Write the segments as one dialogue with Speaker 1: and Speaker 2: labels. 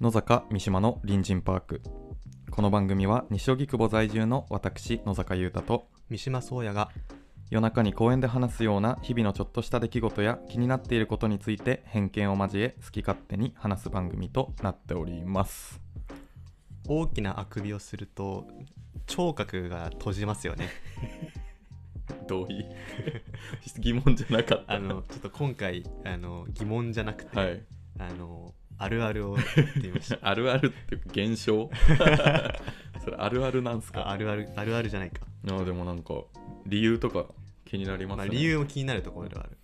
Speaker 1: 野坂三島の隣人パークこの番組は西荻窪在住の私野坂優太と
Speaker 2: 三島宗也が
Speaker 1: 夜中に公園で話すような日々のちょっとした出来事や気になっていることについて偏見を交え好き勝手に話す番組となっております
Speaker 2: 大きなあくびをすると聴覚が閉じます よね
Speaker 1: 同意 疑問じゃなかっ
Speaker 2: あのちょっと今回あの疑問じゃなくて、
Speaker 1: はい
Speaker 2: あのあるあるをやってみまし
Speaker 1: あるあるっていうか現 象それあるあるなんす
Speaker 2: たああるあるあるあるじゃないか、
Speaker 1: いやでもなんか理由とか気になります
Speaker 2: ま
Speaker 1: ね、
Speaker 2: あ、理由も気になるところではある、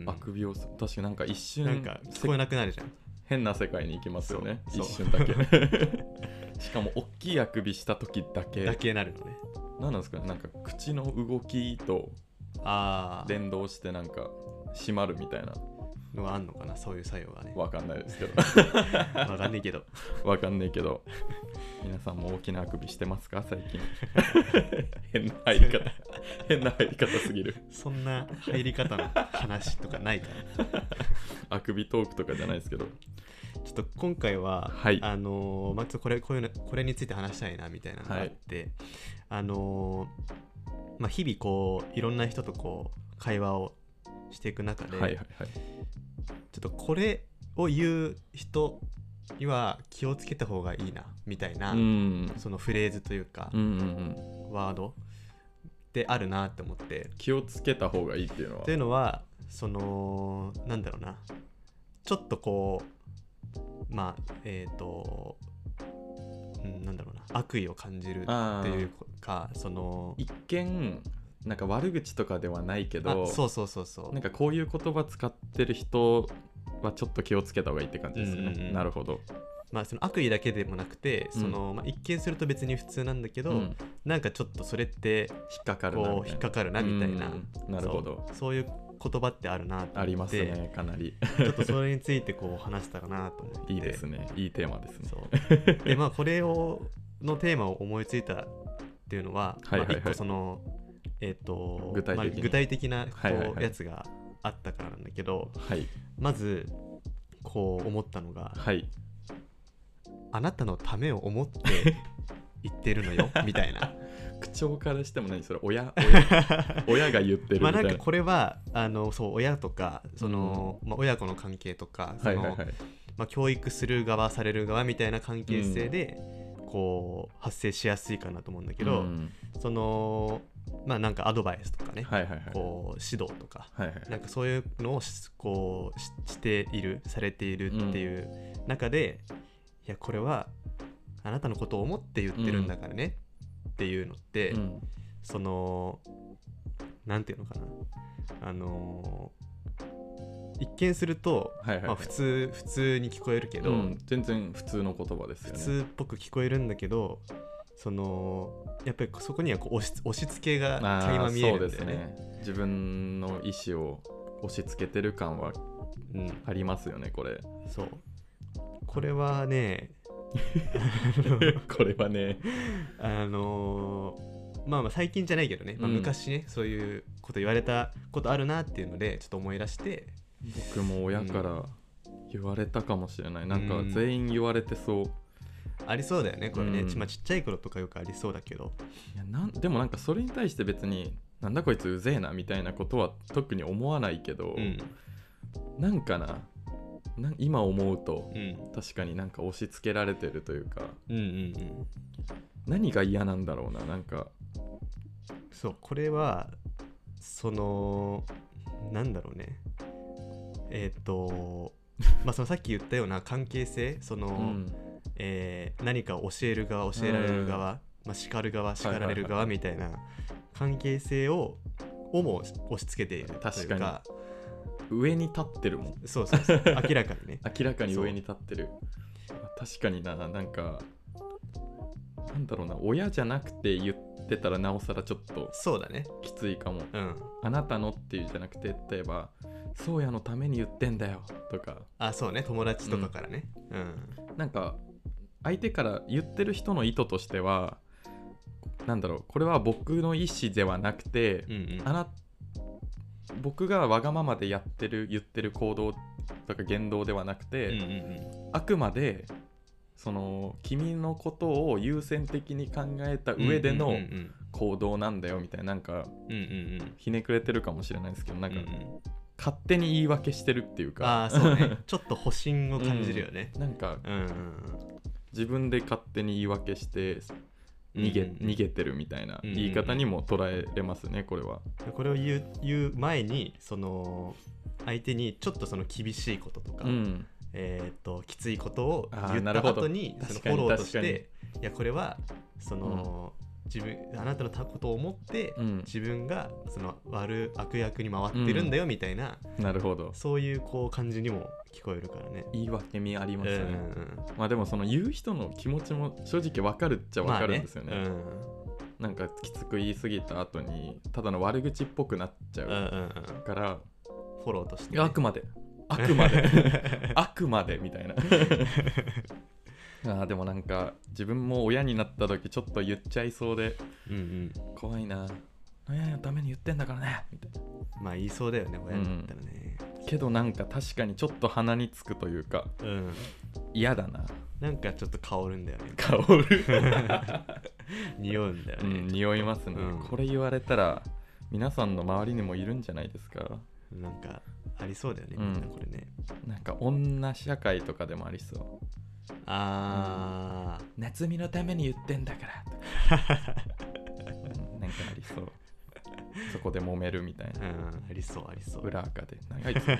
Speaker 2: うん
Speaker 1: あくびをす確かになんか一瞬
Speaker 2: なんか聞こえなくなるじゃん
Speaker 1: 変な世界に行きますよね
Speaker 2: そう
Speaker 1: 一
Speaker 2: そ
Speaker 1: 瞬だけ しかも大きいあくびした時だけ
Speaker 2: だけなるのね
Speaker 1: 何なんですかねなんか口の動きと
Speaker 2: ああ
Speaker 1: 連動してなんか閉まるみたいな
Speaker 2: のがあんのかなそういう作用がね
Speaker 1: わかんないですけ ど
Speaker 2: わかんないけど
Speaker 1: わかんないけど皆さんも大きなあくびしてますか最近 変な入り方変な入り方すぎる
Speaker 2: そんな入り方の話とかないから
Speaker 1: あくびトークとかじゃないですけど
Speaker 2: ちょっと今回は、
Speaker 1: はい
Speaker 2: あのーまあ、ちょっとこれこういうのこれについて話したいなみたいなのがあって、あのーまあ、日々こういろんな人とこう会話をしていく中で、
Speaker 1: はいはいはい
Speaker 2: ちょっとこれを言う人には気をつけた方がいいなみたいな、
Speaker 1: うん
Speaker 2: そのフレーズというか
Speaker 1: うんう、んうん
Speaker 2: ワードであるなって思って。
Speaker 1: 気をつけた方がいいっていうのは
Speaker 2: というのはそのなんだろうなちょっとこうまあえっ、と、うん、なんだろうな悪意を感じる
Speaker 1: あ
Speaker 2: って
Speaker 1: ー
Speaker 2: いうかその
Speaker 1: 一見なんか悪口とかではないけ
Speaker 2: あ
Speaker 1: ど
Speaker 2: そうそうそうそう
Speaker 1: なんかこういう言葉使ってる人はちょっと気をつけた方がいいって感じですね、
Speaker 2: うんうんうん
Speaker 1: なるほど、
Speaker 2: まあ、その悪意だけでもなくてその、まあ、一見すると別に普通なんだけど、
Speaker 1: うん引
Speaker 2: なんかちょっとそれって
Speaker 1: っかかるなみ
Speaker 2: こう
Speaker 1: たいな
Speaker 2: 引っかかるなみたいな、
Speaker 1: うんうんなるほど
Speaker 2: そうそういう言葉ってあるなと思って
Speaker 1: ありますねかなり
Speaker 2: ちょっとそれについてこう話したらなと思って
Speaker 1: いいですねいいテーマですね
Speaker 2: そうでまあこれをのテーマを思いついたっていうのは
Speaker 1: はいはいはい
Speaker 2: まあ、一個そのえっ、と
Speaker 1: 具体的に
Speaker 2: まあ具体的なこう、
Speaker 1: はいはいはい
Speaker 2: やつがあったからなんだけど
Speaker 1: はい
Speaker 2: まずこう思ったのが
Speaker 1: はい
Speaker 2: あなたのためを 思って言ってるのよみたいな
Speaker 1: 口調からしても何それ 親親親が言ってるみ
Speaker 2: ま
Speaker 1: た
Speaker 2: あ
Speaker 1: いな
Speaker 2: なんかこれはあのそう親とかその、まあ、親子の関係とかそ
Speaker 1: はい
Speaker 2: の、
Speaker 1: はいはい
Speaker 2: まあ、教育する側される側みたいな関係性で、こう発生しやすいかなと思うんだけ
Speaker 1: う
Speaker 2: ど、
Speaker 1: ん
Speaker 2: そのまあなんかアドバイスとかね、
Speaker 1: はいはいはい
Speaker 2: こう指導とか
Speaker 1: はいはい
Speaker 2: なんかそういうのをしこうししているされているっていう中で、いやこれはあなたのことを思って言ってるんだからね、っていうのって、
Speaker 1: うん
Speaker 2: そのなんていうのかなあのー一見すると、
Speaker 1: はいはいはい
Speaker 2: まあ、普通普通に聞こえるけど、
Speaker 1: うん全然普通の言葉ですよ
Speaker 2: 普
Speaker 1: ね
Speaker 2: 通っぽく聞こえるんだけどそのやっぱりそこにはこう押し押し付けが
Speaker 1: あ
Speaker 2: 垣間
Speaker 1: ー
Speaker 2: 見え
Speaker 1: そう
Speaker 2: る
Speaker 1: で
Speaker 2: んだ
Speaker 1: す
Speaker 2: よね
Speaker 1: ね自分の意思を押し付けてる感はありますよねこれ
Speaker 2: うん、そうこれはね
Speaker 1: これはね
Speaker 2: あのーまあまあ最近じゃないけどね、まあ、
Speaker 1: うん
Speaker 2: 昔ね、そういうこと言われたことあるなっていうのでちょっと思い出して
Speaker 1: 僕も親から言われたかもしれない、なん
Speaker 2: う
Speaker 1: か
Speaker 2: ん
Speaker 1: 全員言われてそう
Speaker 2: ありそうだよねこれね、
Speaker 1: うん
Speaker 2: ちまあちっちゃい頃とかよくありそうだけど
Speaker 1: いやなんでもなんかそれに対して別になんだこいつうぜえなみたいなことは特に思わないけど、
Speaker 2: うん
Speaker 1: なんかななん今思うと
Speaker 2: うん
Speaker 1: 確かになんか押し付けられてるというか
Speaker 2: うんうんうん
Speaker 1: 何が嫌なんだろうななんか
Speaker 2: そうこれはそのなんだろうねえっ、と まあそのさっき言ったような関係性その、
Speaker 1: うん
Speaker 2: えー何かを教える側教えられる側、まあ、叱る側叱られる側みたいな関係性ををも押し付けているというか
Speaker 1: 確か上に立ってるもん
Speaker 2: そうそう そう明らかにね
Speaker 1: 明らかに上に立ってる確かにななんかなんだろうな親じゃなくて言ってたらなおさらちょっと
Speaker 2: そうだね
Speaker 1: きついかも
Speaker 2: うん
Speaker 1: あなたのっていうじゃなくて例えばそうやのために言ってんだよとか
Speaker 2: あそうね友達とかからねうん、
Speaker 1: なんか相手から言ってる人の意図としてはなんだろうこれは僕の意思ではなくて、
Speaker 2: うん、うん
Speaker 1: あな僕がわがままでやってる言ってる行動とか言動ではなくて、
Speaker 2: うんうんうん
Speaker 1: あくまでその君のことを優先的に考えた上で
Speaker 2: うん
Speaker 1: の
Speaker 2: うんうん
Speaker 1: 行動なんだよみたいななんか
Speaker 2: うんうんうんうん
Speaker 1: ひねくれてるかもしれないですけどなんか
Speaker 2: うんうん
Speaker 1: 勝手に言い訳してるっていうか
Speaker 2: ああそう ねちょっと保身を感じるよね
Speaker 1: なんか
Speaker 2: うんうん
Speaker 1: 自分で勝手に言い訳して
Speaker 2: うん
Speaker 1: 逃げ,、
Speaker 2: うんうん
Speaker 1: 逃げてるみたいな
Speaker 2: うん
Speaker 1: 言い方にも捉えれますねこれは。
Speaker 2: これを言う言う前にその相手にちょっとその厳しいこととか、
Speaker 1: うん
Speaker 2: えー、ときついことを
Speaker 1: あー
Speaker 2: 言っ
Speaker 1: なる
Speaker 2: た
Speaker 1: ほど
Speaker 2: 後にその
Speaker 1: 確
Speaker 2: フ
Speaker 1: かに
Speaker 2: ォローとし
Speaker 1: 確
Speaker 2: ていやこれはその、自分あなたのたことを思って、
Speaker 1: うん
Speaker 2: 自分がその悪悪役に回ってるんだよみたいな、
Speaker 1: なるほど
Speaker 2: そういうこう感じにも聞こえるからね。
Speaker 1: 言い訳味あり
Speaker 2: う
Speaker 1: ま
Speaker 2: んう
Speaker 1: す
Speaker 2: ん
Speaker 1: ね。まあでもその言う人の気持ちも正直わかるっちゃ
Speaker 2: うん
Speaker 1: わ
Speaker 2: ま
Speaker 1: か
Speaker 2: あ
Speaker 1: る
Speaker 2: ね
Speaker 1: んですよね,、
Speaker 2: うん
Speaker 1: なんかきつく言い過ぎた後にただの悪口っぽくなっちゃ
Speaker 2: うんうん
Speaker 1: う
Speaker 2: うん
Speaker 1: から、
Speaker 2: フォローとし
Speaker 1: い
Speaker 2: てね、
Speaker 1: やあく まであくまであくまでみたいなあーでもなんか自分も親になった時ちょっと言っちゃいそうで
Speaker 2: うんうん
Speaker 1: 怖いな親のために言ってんだからねみたいな
Speaker 2: まあ言いそうだよね親だったらね。
Speaker 1: けどなんか確かにちょっと鼻につくというか
Speaker 2: うん
Speaker 1: 嫌だな
Speaker 2: なんかちょっと香るんだよね。
Speaker 1: 香る
Speaker 2: 匂うんだよ
Speaker 1: う
Speaker 2: ね。
Speaker 1: ん匂いますね、
Speaker 2: うん
Speaker 1: これ言われたら皆さんの周りにもいるんじゃないですか
Speaker 2: なんかありそうだよね、
Speaker 1: うん
Speaker 2: みんなこれね。
Speaker 1: なんか女社会とかでもありそう
Speaker 2: あー、
Speaker 1: 夏美のために言ってんだからと かうんなんかありそうそこで揉めるみたいな
Speaker 2: うん、ありそうありそう。
Speaker 1: 裏垢でなんかあいつ い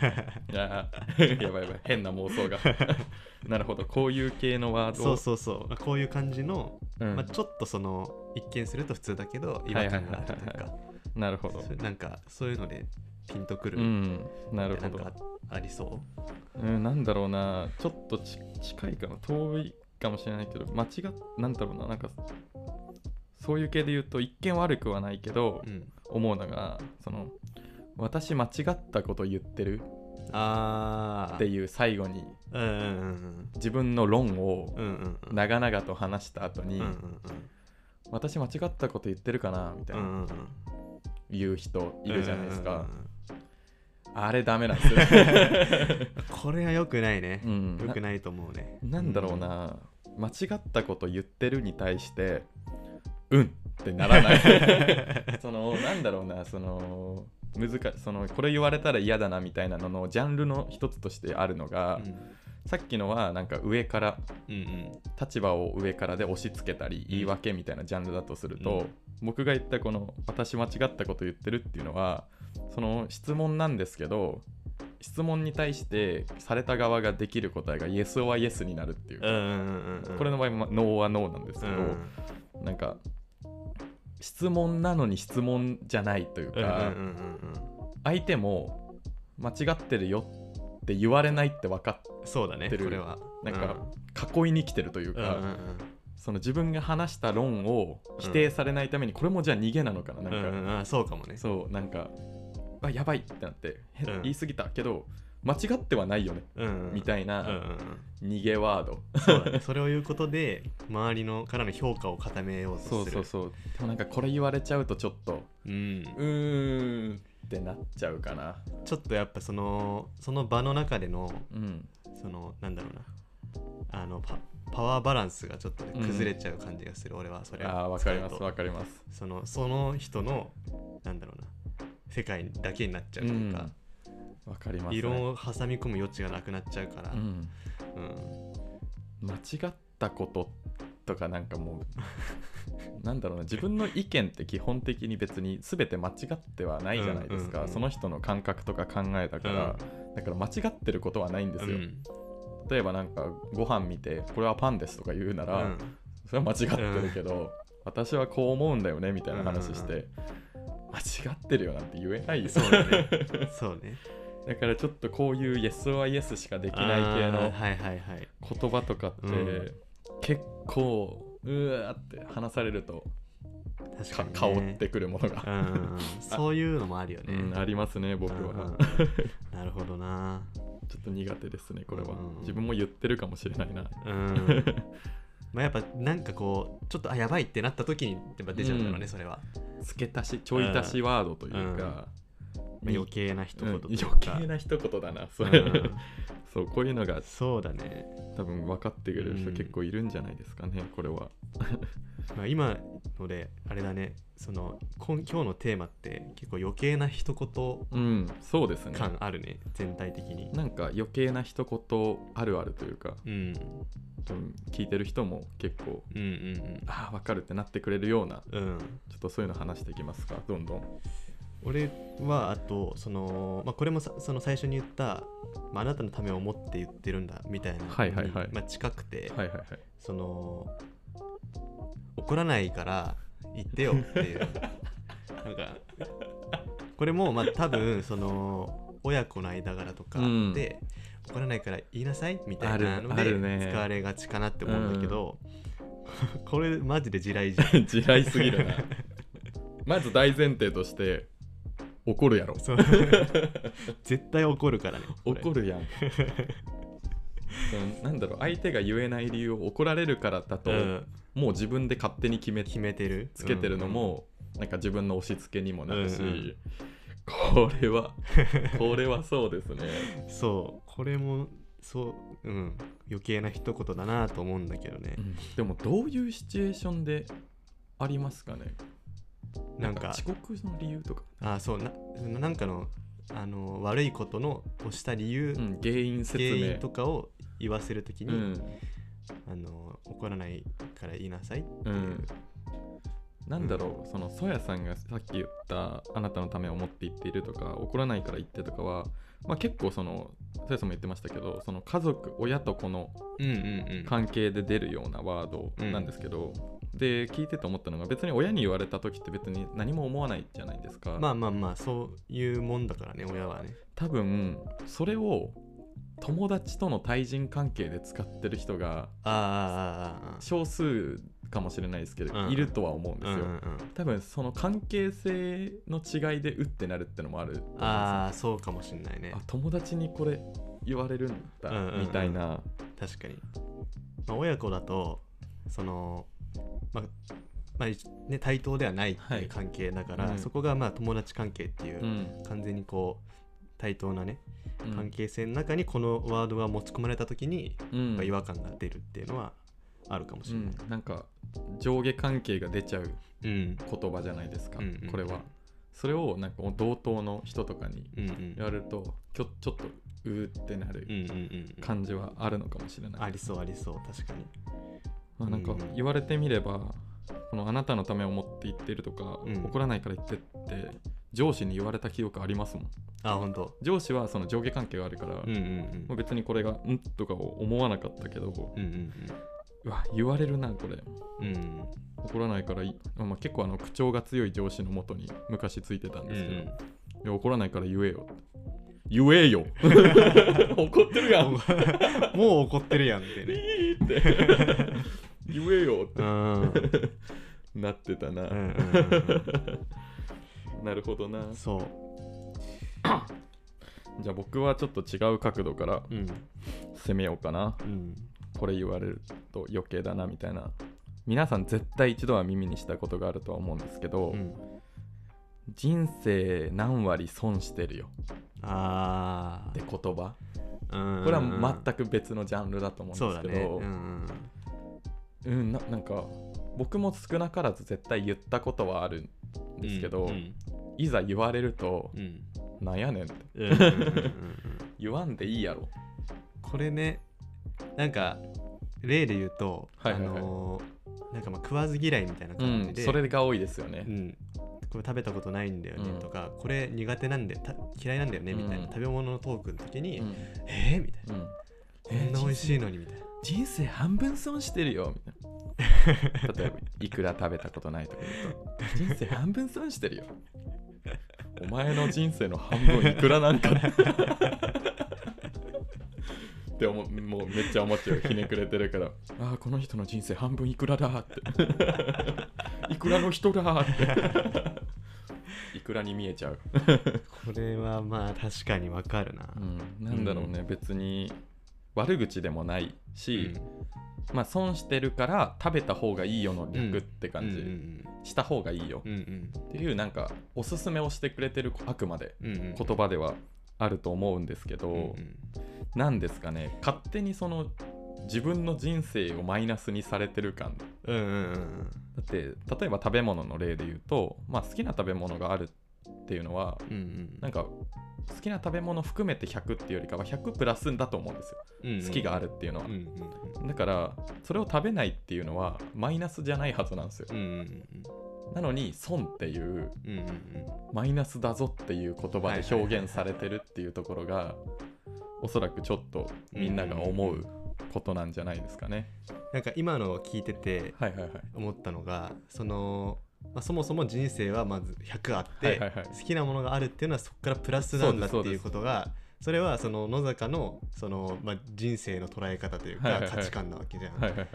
Speaker 1: やー やばいやばい変な妄想が なるほどこういう系のワード
Speaker 2: そうそうそう、まあこういう感じの、
Speaker 1: うん
Speaker 2: まあ、ちょっとその一見すると普通だけど違和感があるという
Speaker 1: はいはいはい
Speaker 2: か
Speaker 1: なるほど
Speaker 2: そういうなんかそういうのでピンとくる、
Speaker 1: うんな
Speaker 2: な
Speaker 1: る
Speaker 2: ん
Speaker 1: ほ
Speaker 2: か
Speaker 1: ど
Speaker 2: あありそ
Speaker 1: うんなんだろうなちょっとち近いかな遠いかもしれないけど間違っなんだろうななんかそういう系で言うと一見悪くはないけど
Speaker 2: う、うん、
Speaker 1: 思うのがその私間違ったこと言ってる
Speaker 2: あー
Speaker 1: っていう最後に
Speaker 2: うんうんうん
Speaker 1: 自分の論を
Speaker 2: うんうんうんうん
Speaker 1: 長々と話した後に、
Speaker 2: うんうん
Speaker 1: 私間違ったこと言ってるかなみたい
Speaker 2: うんう
Speaker 1: なん
Speaker 2: うん
Speaker 1: 言う人いるじゃないです
Speaker 2: うん
Speaker 1: か
Speaker 2: うん、うん
Speaker 1: あれダメなんですよ、 ね
Speaker 2: これはよくないね
Speaker 1: う、ん、
Speaker 2: よくないと思うね
Speaker 1: ななんだろうな間違ったこと言ってるに対してうんってならない そのなんだろうなその難しそのこれ言われたら嫌だなみたいなののジャンルの一つとしてあるのが、さっきのはなんか上から
Speaker 2: うんうん
Speaker 1: 立場を上からで押し付けたり言い訳みたいなジャンルだとすると、僕が言ったこの「私間違ったこと言ってる」っていうのはその質問なんですけど質問に対してされた側ができる答えが「Yes or Yes」になるっていう
Speaker 2: うんう
Speaker 1: か、
Speaker 2: んうんうん
Speaker 1: これの場合も「No or No」なんですけ
Speaker 2: う
Speaker 1: ど、
Speaker 2: ん
Speaker 1: なんか質問なのに質問じゃないという
Speaker 2: うんうん
Speaker 1: か、
Speaker 2: うんうんうん
Speaker 1: 相手も間違ってるよって言われないって分か
Speaker 2: そうだね
Speaker 1: て
Speaker 2: こ
Speaker 1: る
Speaker 2: れは
Speaker 1: なんかっ囲いに来てるという
Speaker 2: う
Speaker 1: か。
Speaker 2: んうん
Speaker 1: その自分が話した論を否定されないために、これもじゃあ逃げなのかな
Speaker 2: う
Speaker 1: なん
Speaker 2: ん
Speaker 1: か、
Speaker 2: うんうんうんそうかもね
Speaker 1: そうなんかあやばいってなって、へ
Speaker 2: うん
Speaker 1: 言い過ぎたけど間違ってはないよね、
Speaker 2: うんうん
Speaker 1: みたい
Speaker 2: うんうん
Speaker 1: な
Speaker 2: う
Speaker 1: 逃げワード、
Speaker 2: んそうだねそれを言うことで周りのからの評価を固めよう
Speaker 1: そ
Speaker 2: と
Speaker 1: う
Speaker 2: する
Speaker 1: そうそうでもなんかこれ言われちゃうとちょっと
Speaker 2: うん
Speaker 1: うーんってなっちゃうかな
Speaker 2: ちょっとやっぱそのその場の中での
Speaker 1: うん
Speaker 2: そのなんだろうなあのパパワーバランスがちょっとね
Speaker 1: うん
Speaker 2: 崩れちゃう感じがする俺はそれ
Speaker 1: あー
Speaker 2: は
Speaker 1: わかりますわかります
Speaker 2: そのその人のなんだろうな世界だけになっちゃう
Speaker 1: う
Speaker 2: というんか
Speaker 1: わかります、ね、
Speaker 2: 異論を挟み込む余地がなくなっちゃうから
Speaker 1: うん
Speaker 2: うん
Speaker 1: 間違ったこととかなんかも うなんだろうな自分の意見って基本的に別に全て間違ってはないじゃないですか、
Speaker 2: うんうんうん
Speaker 1: その人の感覚とか考えだから、だから間違ってることはないんです
Speaker 2: う
Speaker 1: よ、
Speaker 2: ん
Speaker 1: 例えばなんかご飯見てこれはパンですとか言うなら、
Speaker 2: うん
Speaker 1: それは間違ってるけど、私はこう思うんだよねみたいな話して、
Speaker 2: うん
Speaker 1: 間違ってるよなんて言えないよ
Speaker 2: そうだね。 そうね。
Speaker 1: だからちょっとこういう Yes or Yes しかできない系
Speaker 2: あー
Speaker 1: の
Speaker 2: はいはいはい。
Speaker 1: 言葉とかって、
Speaker 2: うん
Speaker 1: 結構うわーって話されると
Speaker 2: 確
Speaker 1: か
Speaker 2: かに、ね。
Speaker 1: 香ってくるもの
Speaker 2: う
Speaker 1: が、
Speaker 2: んうんうん。そういうのもあるよね。
Speaker 1: うんありますね僕
Speaker 2: うんう
Speaker 1: は
Speaker 2: んなるほどな。
Speaker 1: ちょっと苦手ですねこれは
Speaker 2: うん
Speaker 1: 自分も言ってるかもしれないな
Speaker 2: うん。まあやっぱなんかこうちょっとあやばいってなった時にやっぱ出ちゃうんだろうね、
Speaker 1: うん
Speaker 2: それは、
Speaker 1: 付け足しちょい足しワードというか、
Speaker 2: まあ
Speaker 1: に
Speaker 2: 余計な一
Speaker 1: うん
Speaker 2: 言と
Speaker 1: 余
Speaker 2: か、
Speaker 1: 計な一言だなそ
Speaker 2: うん
Speaker 1: れ、
Speaker 2: うん
Speaker 1: そうこういうのが
Speaker 2: そうだね、
Speaker 1: 多分分かってくれる人
Speaker 2: うん
Speaker 1: 結構いるんじゃないですかね、これは。
Speaker 2: まあ、今のであれだねその今今日のテーマって結構余計な一言
Speaker 1: うん、そうですね。
Speaker 2: 感あるね全体的に
Speaker 1: なんか余計な一言あるあるというか、
Speaker 2: うん
Speaker 1: 多分聞いてる人も結構、
Speaker 2: うんうん
Speaker 1: ああ、分かるってなってくれるような、
Speaker 2: うんうん
Speaker 1: ちょっとそういうの話していきますか、どんどん。
Speaker 2: 俺はあとその、まあ、これもさその最初に言った、まあ、あなたのためを思って言ってるんだみたいなのに
Speaker 1: はいはいはい
Speaker 2: まあ、近くて、
Speaker 1: はいはいはい。
Speaker 2: その怒らないから言ってよっ ていうなんかこれもまあ多分その親子の間柄とか
Speaker 1: うん
Speaker 2: で、怒らないから言いなさいみたいなの
Speaker 1: あるあ
Speaker 2: で
Speaker 1: るね
Speaker 2: 使われがちかなって思うんだけど、これマジで地雷じゃ ん
Speaker 1: 地雷すぎるな まず大前提として怒るやろ
Speaker 2: そう絶対怒るからねこれ
Speaker 1: 怒る やんそのなんだろう相手が言えない理由を怒られるからだと、
Speaker 2: うん
Speaker 1: もう自分で勝手に決め
Speaker 2: 決めてる
Speaker 1: つけてるの、も、なんか自分の押し付けにもなるし、
Speaker 2: うんうん
Speaker 1: これは これはそうです
Speaker 2: う
Speaker 1: ね、
Speaker 2: んそうこれもそううん余計な一言だなと思うんだけどね
Speaker 1: でもどういうシチュエーションでありますかね
Speaker 2: なんか
Speaker 1: 遅刻の理由とか、
Speaker 2: あそうななんかのあの悪いことのをした理由、
Speaker 1: うん、原因説
Speaker 2: 原
Speaker 1: 明
Speaker 2: 因とかを言わせるときに、
Speaker 1: うん、
Speaker 2: あの怒らないから言いなさいって
Speaker 1: う、
Speaker 2: いうん
Speaker 1: なんだろう、そのソヤさんがさっき言ったあなたのためを思って言っているとか怒らないから言ってとかは、まあ、結構そのソヤさんも言ってましたけどその家族親と子の
Speaker 2: うんうんうん
Speaker 1: 関係で出るようなワードなんですけど、で聞いてて思ったのが別に親に言われた時って別に何も思わないじゃないですか、
Speaker 2: まあまあまあそういうもんだからね親はね
Speaker 1: 多分それを友達との対人関係で使ってる人が
Speaker 2: ああああああ
Speaker 1: 少数かもしれないですけど、
Speaker 2: うん
Speaker 1: いるとは思うんです
Speaker 2: う
Speaker 1: よ、
Speaker 2: んうんうん
Speaker 1: 多分その関係性の違いでうってなるってのもあると思うんですよ
Speaker 2: ああそうかもしんないね
Speaker 1: あ友達にこれ言われるんだ
Speaker 2: うんうんうん
Speaker 1: みたいな
Speaker 2: 確かに、まあ、親子だとそのまあまあ一ね、対等ではないって
Speaker 1: はいいう
Speaker 2: 関係だから、
Speaker 1: うん
Speaker 2: そこがまあ友達関係っていう、
Speaker 1: うん
Speaker 2: 完全にこう対等なね
Speaker 1: うん
Speaker 2: 関係性の中にこのワードが持ち込まれた時に、
Speaker 1: うん
Speaker 2: やっぱ違和感が出るっていうのはあるかもし
Speaker 1: う
Speaker 2: れない
Speaker 1: ん、なんか上下関係が出ちゃう
Speaker 2: うん
Speaker 1: 言葉じゃないですか、
Speaker 2: うんうん
Speaker 1: これはそれをなんか同等の人とかに
Speaker 2: うんうん
Speaker 1: 言われるとちょちょっとうーってな
Speaker 2: うんう
Speaker 1: る
Speaker 2: んうん
Speaker 1: 感じはあるのかもしれない、
Speaker 2: ありそうありそう確かに
Speaker 1: まあ、なんか
Speaker 2: うん
Speaker 1: 言われてみればこのあなたのためを持って言ってるとか、
Speaker 2: うん
Speaker 1: 怒らないから言ってって上司に言われた記憶ありますもん
Speaker 2: あ本当
Speaker 1: 上司はその上下関係があるから、
Speaker 2: うんうんう
Speaker 1: もうん別にこれが「ん?」とかを思わなかったけど、
Speaker 2: うん
Speaker 1: うわ言われるなこれ
Speaker 2: うんうんうん
Speaker 1: 怒らないからいまあ、結構あの口調が強い上司のもとに昔ついてたん
Speaker 2: うんう
Speaker 1: ですけど、い
Speaker 2: ん
Speaker 1: や怒らないから言えよ言え よ 怒ってるやんい
Speaker 2: もう 怒ってるやんって ね
Speaker 1: いって 言えよって
Speaker 2: うんうん
Speaker 1: なってたな、
Speaker 2: うんうん
Speaker 1: なるほどな
Speaker 2: うんそう
Speaker 1: じゃあ僕はちょっと違う角度から
Speaker 2: うん
Speaker 1: 攻めようかな
Speaker 2: うん
Speaker 1: これ言われると余計だなみたいな皆さん絶対一度は耳にしたことがあるとは思うんですけど、
Speaker 2: うん
Speaker 1: 人生何割損してるよ
Speaker 2: あ
Speaker 1: って言葉
Speaker 2: あ
Speaker 1: これは全く別のジャンルだと思
Speaker 2: そう
Speaker 1: うんで
Speaker 2: だ
Speaker 1: すけ
Speaker 2: ね
Speaker 1: ど
Speaker 2: うんうん
Speaker 1: うんななんか僕も少なからず絶対言ったことはあるんですけど、
Speaker 2: うん
Speaker 1: いざ言われると
Speaker 2: うん
Speaker 1: なんやねんって
Speaker 2: うんうんうんうん うん
Speaker 1: 言わんでいいやろ
Speaker 2: これねなんか例で言うと、
Speaker 1: はいはいはい
Speaker 2: あのーなんかまあ食わず嫌いみたいな
Speaker 1: う
Speaker 2: 感じ
Speaker 1: ん
Speaker 2: で、
Speaker 1: それが多いですよ
Speaker 2: う
Speaker 1: ね
Speaker 2: んこれ食べたことないんだよね
Speaker 1: うん
Speaker 2: とか、これ苦手なんだよた嫌いなんだよねみたいな、
Speaker 1: うん
Speaker 2: 食べ物のトークの時に、
Speaker 1: うん
Speaker 2: えー、みたいな
Speaker 1: うん
Speaker 2: こんな美味しいのにみたいな、
Speaker 1: 人生半分損してるよみたいな例えばいくら食べたことないとか言うと人生半分損してるよお前の人生の半分いくらなんかって思うもうめっちゃ思っちゃうひねくれてるからあーこの人の人生半分いくらだーっていくらの人だーっていくらに見えちゃう、
Speaker 2: これはまあ確かにわかるな、
Speaker 1: うん、なんだろうね、別に悪口でもないし、まあ、損してるから食べた方がいいよの略って感じ、
Speaker 2: うん
Speaker 1: した方がいいよ
Speaker 2: うんうん
Speaker 1: っていうなんかおすすめをしてくれてるあくまで
Speaker 2: うんうんうんうん
Speaker 1: 言葉ではあると思うんですけど、
Speaker 2: うん
Speaker 1: なんですかね勝手にその自分の人生をマイナスにされてる感だ
Speaker 2: うんうんうんうん
Speaker 1: って例えば食べ物の例で言うと、まあ、好きな食べ物があるっていうのは
Speaker 2: うんうん
Speaker 1: なんか好きな食べ物含めて100っていうよりかは100プラスだと思うんですよ
Speaker 2: うんうん
Speaker 1: 好きがあるっていうのは
Speaker 2: うんうん
Speaker 1: だからそれを食べないっていうのはマイナスじゃないはずなんですよ
Speaker 2: うんうん
Speaker 1: なのに損っていう
Speaker 2: うんうんうん
Speaker 1: マイナスだぞっていう言葉で表現されてるっていうところがおそらくちょっとみんなが思うことなんじゃないですかね
Speaker 2: なんか今のを聞いてて
Speaker 1: はいはいはい
Speaker 2: 思ったのがその、まあ、そもそも人生はまず100あって、
Speaker 1: はいはいはい
Speaker 2: 好きなものがあるっていうのはそこからプラスなんだって
Speaker 1: そうですそう
Speaker 2: い
Speaker 1: で
Speaker 2: う
Speaker 1: す
Speaker 2: ことがそれはその野坂のその、まあ、人生の捉え方という
Speaker 1: はいは
Speaker 2: か
Speaker 1: いはい
Speaker 2: 価値観なわけじゃん。
Speaker 1: はいはいはい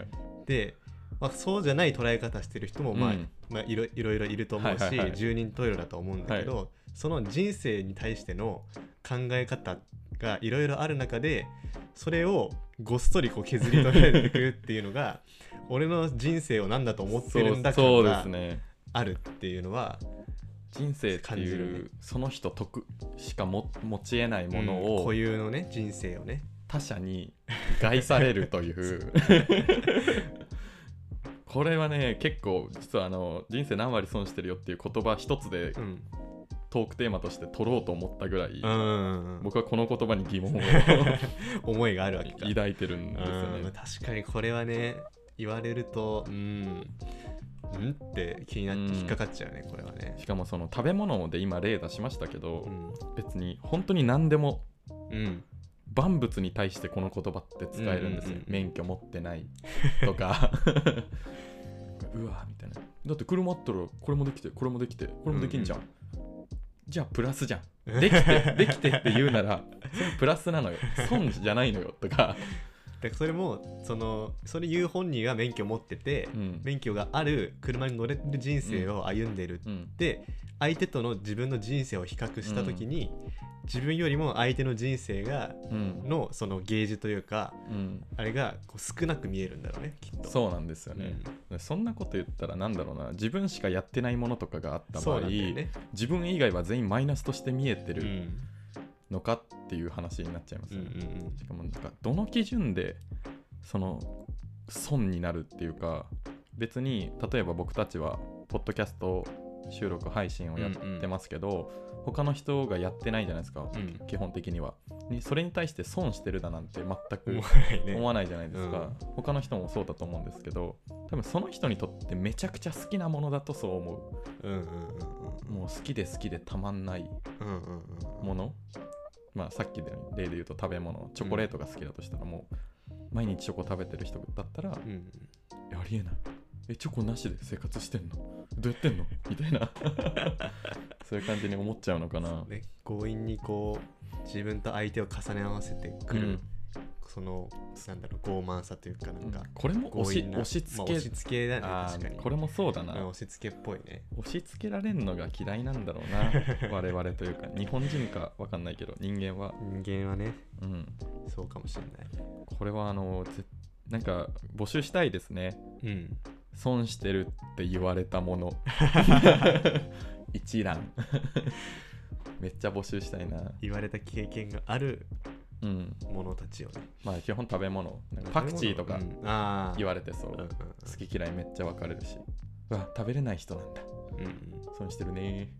Speaker 2: で、まあ、そうじゃない捉え方してる人も、まあ
Speaker 1: うん
Speaker 2: まあ、いろいろいろいると思うし、
Speaker 1: はいはいはい
Speaker 2: 十人十色だと思うんだけど、その人生に対しての考え方がいろいろある中でそれをごっそりこう削り取られていくっていう のが俺の人生を何だと思ってるんだか
Speaker 1: そうそうで
Speaker 2: ら
Speaker 1: すね
Speaker 2: あるっていうのは、
Speaker 1: 人生って
Speaker 2: 感じ
Speaker 1: い
Speaker 2: る
Speaker 1: う
Speaker 2: ね
Speaker 1: その人得しかも持ちえないもの
Speaker 2: うん
Speaker 1: を
Speaker 2: 固有のね人生をね
Speaker 1: 他者に害されるという これはね結構実はあの人生何割損してるよっていう言葉一つで
Speaker 2: うん
Speaker 1: トークテーマとして取ろうと思ったぐらい、
Speaker 2: うん
Speaker 1: 僕はこの言葉に疑 問を
Speaker 2: 思いがあるわけか
Speaker 1: 抱いてるんですよ
Speaker 2: うん
Speaker 1: ね。
Speaker 2: 確かにこれはね言われるとうんうんって気になって引っかかっちゃうね、これはね
Speaker 1: しかもその食べ物で今例出しましたけど、
Speaker 2: うん、
Speaker 1: 別に本当に何でも
Speaker 2: うん、
Speaker 1: 万物に対してこの言葉って使えるんですよ、
Speaker 2: うんうんうん
Speaker 1: 免許持ってないとか うわみたいなだって車あったらこれもできてこれもできてこれもできんじゃん、じゃあプラスじゃん できてできてって言うならそれプラスなのよ損じゃないのよとか、
Speaker 2: だからそれもそのそれ言う本人が免許持ってて、
Speaker 1: うん
Speaker 2: 免許がある車に乗れる人生を歩んでる
Speaker 1: うん
Speaker 2: で相手との自分の人生を比較した時に、自分よりも相手の人生が
Speaker 1: うん
Speaker 2: のそのゲージというか
Speaker 1: うん、
Speaker 2: あれがこう少なく見えるんだろうねきっと
Speaker 1: そうなんですよね、そんなこと言ったらなんだろうな自分しかやってないものとかがあっ
Speaker 2: うん
Speaker 1: た場
Speaker 2: そう
Speaker 1: 合、
Speaker 2: なんだよね、
Speaker 1: 自分以外は全員マイナスとして見えて
Speaker 2: うん
Speaker 1: るのかっていう話になっちゃいます
Speaker 2: うんう
Speaker 1: よ
Speaker 2: ん
Speaker 1: ね、
Speaker 2: うん
Speaker 1: しかもなんかどの基準でその損になるっていうか別に例えば僕たちはポッドキャスト収録配信をやってますけど、他の人がやってないじゃないですか、
Speaker 2: うん
Speaker 1: 基本的にはにそれに対して損してるだなんて全
Speaker 2: 思
Speaker 1: く
Speaker 2: わないね
Speaker 1: 思わないじゃないですか、他の人もそうだと思うんですけど多分その人にとってめちゃくちゃ好きなものだとそう思
Speaker 2: うんうんうん
Speaker 1: うもう好きで好きでたまんない
Speaker 2: うんうんうんうん
Speaker 1: もの、まあ、さっきの例で言うと食べ物チョコレートが好きだとしたらもう毎日チョコ食べてる人だったら、
Speaker 2: う
Speaker 1: い
Speaker 2: ん
Speaker 1: やありえないえチョコなしで生活してんのどうやってんのみたいな そういう感じに思っちゃうのかな
Speaker 2: ね強引にこう自分と相手を重ね合わせてくる、
Speaker 1: うん
Speaker 2: そのなんだろう傲慢さというかなんか
Speaker 1: うんこれも押
Speaker 2: 強
Speaker 1: し
Speaker 2: 引な
Speaker 1: 押し付
Speaker 2: まあ
Speaker 1: け、
Speaker 2: 押し付けだね
Speaker 1: あー
Speaker 2: 確かに
Speaker 1: これもそうだ
Speaker 2: う
Speaker 1: な、
Speaker 2: ん押し付けっぽいね
Speaker 1: 押し付けられるのが嫌いなんだろう な我々というか日本人かわかんないけど人間は、
Speaker 2: 人間はね
Speaker 1: うん、
Speaker 2: そうかもしれない
Speaker 1: これはあのぜなんか募集したいですね
Speaker 2: うん
Speaker 1: 損してるって言われたも の一覧めっちゃ募集したいな
Speaker 2: 言われた経験がある
Speaker 1: うん
Speaker 2: ものたちをね
Speaker 1: まあ基本食べ物なんかパクチーとか
Speaker 2: うんああ
Speaker 1: 言
Speaker 2: わ
Speaker 1: われてそう、
Speaker 2: うんうん
Speaker 1: 好き嫌いめっちゃ分かれるしうわ食べれない人なんだ
Speaker 2: うんうん
Speaker 1: 損してる ね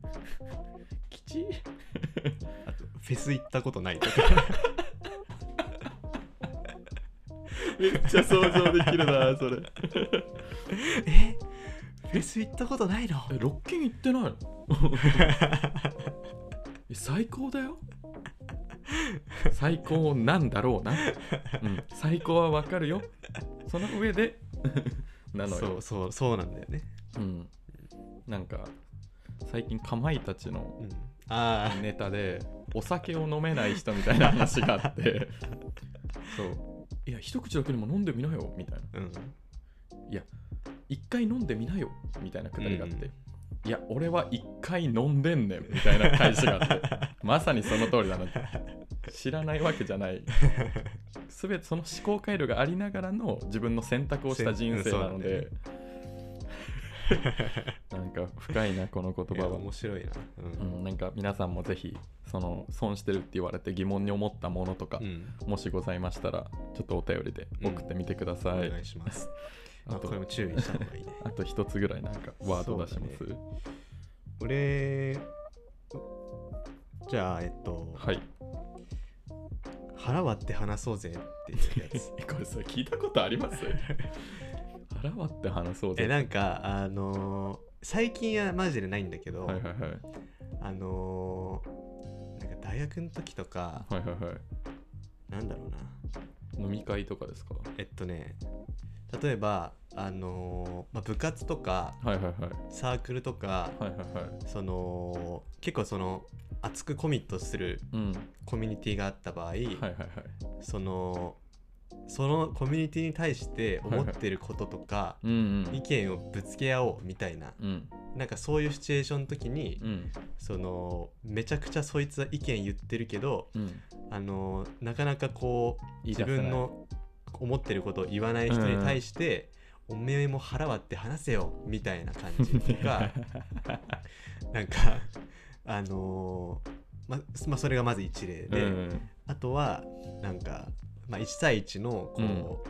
Speaker 1: きちい
Speaker 2: あとフェス行ったことないとか
Speaker 1: めっちゃ想像できるなそれ
Speaker 2: えフェス行ったことないの
Speaker 1: えロッキン行って ないのえ最高だよ最高なんだろうな、うん、最高はわかるよその上で なの
Speaker 2: そ
Speaker 1: よ
Speaker 2: うそうそうなんだよね、
Speaker 1: う、ん、なんか最近かまいたちの
Speaker 2: うん、ああ
Speaker 1: ネタでお酒を飲めない人みたいな話があって そういや一口だけでも飲んでみなよみたいな
Speaker 2: うん
Speaker 1: いや一回飲んでみなよみたいなくだりがあって、いや、俺は一回飲んでんねんみたいな返しがあって、 まさにその通りだなって。知らないわけじゃない。すべてその思考回路がありながらの自分せ自分の選択をした人生なので、 なんか深いなこの言
Speaker 2: いや
Speaker 1: 葉は、
Speaker 2: 面白いな。
Speaker 1: う
Speaker 2: うん
Speaker 1: ん、なんか皆さんもぜひその損してるって言われて疑問に思ったものとか、
Speaker 2: うん
Speaker 1: もしございましたらちょっとお便りで送ってみてください、
Speaker 2: お願いします。
Speaker 1: あ
Speaker 2: あ
Speaker 1: と
Speaker 2: これも注意した方がいいね。
Speaker 1: あと一つぐらいなんかワード出します、
Speaker 2: そうだ俺、じゃあ、えっと、
Speaker 1: はい
Speaker 2: 腹割って話そうぜっていうや つ。
Speaker 1: これさ聞いたことあります 腹割って話そう
Speaker 2: え、
Speaker 1: ぜ
Speaker 2: なんか、あのー最近はマジでないんだけど、
Speaker 1: はいはいはいはい
Speaker 2: あのーなんか大学の時とか、
Speaker 1: はいはい
Speaker 2: なんだろうな。
Speaker 1: 飲み会とかですか
Speaker 2: えっとね、例えば、あのーまあ、部活とか、
Speaker 1: はいはいはい
Speaker 2: サークルとか、
Speaker 1: はいはいはい
Speaker 2: その結構その熱くコミットする
Speaker 1: うん
Speaker 2: コミュニティがあった場合、
Speaker 1: はいはいはい
Speaker 2: そのそのコミュニティに対して思ってることとか、
Speaker 1: うんうん
Speaker 2: 意見をぶつけ合おうみたいな
Speaker 1: うん
Speaker 2: なんかそういうシチュエーションの時に、
Speaker 1: うん
Speaker 2: そのめちゃくちゃそいつは意見言ってるけど
Speaker 1: うん
Speaker 2: あのなかなかこう自分の思ってることを言わない人に対して、おめえも腹割って話せよみたいな感じ とか
Speaker 1: が
Speaker 2: なんかあのままあそれがまず一例で。
Speaker 1: うん
Speaker 2: あとはなんか、まあ、1対1のこ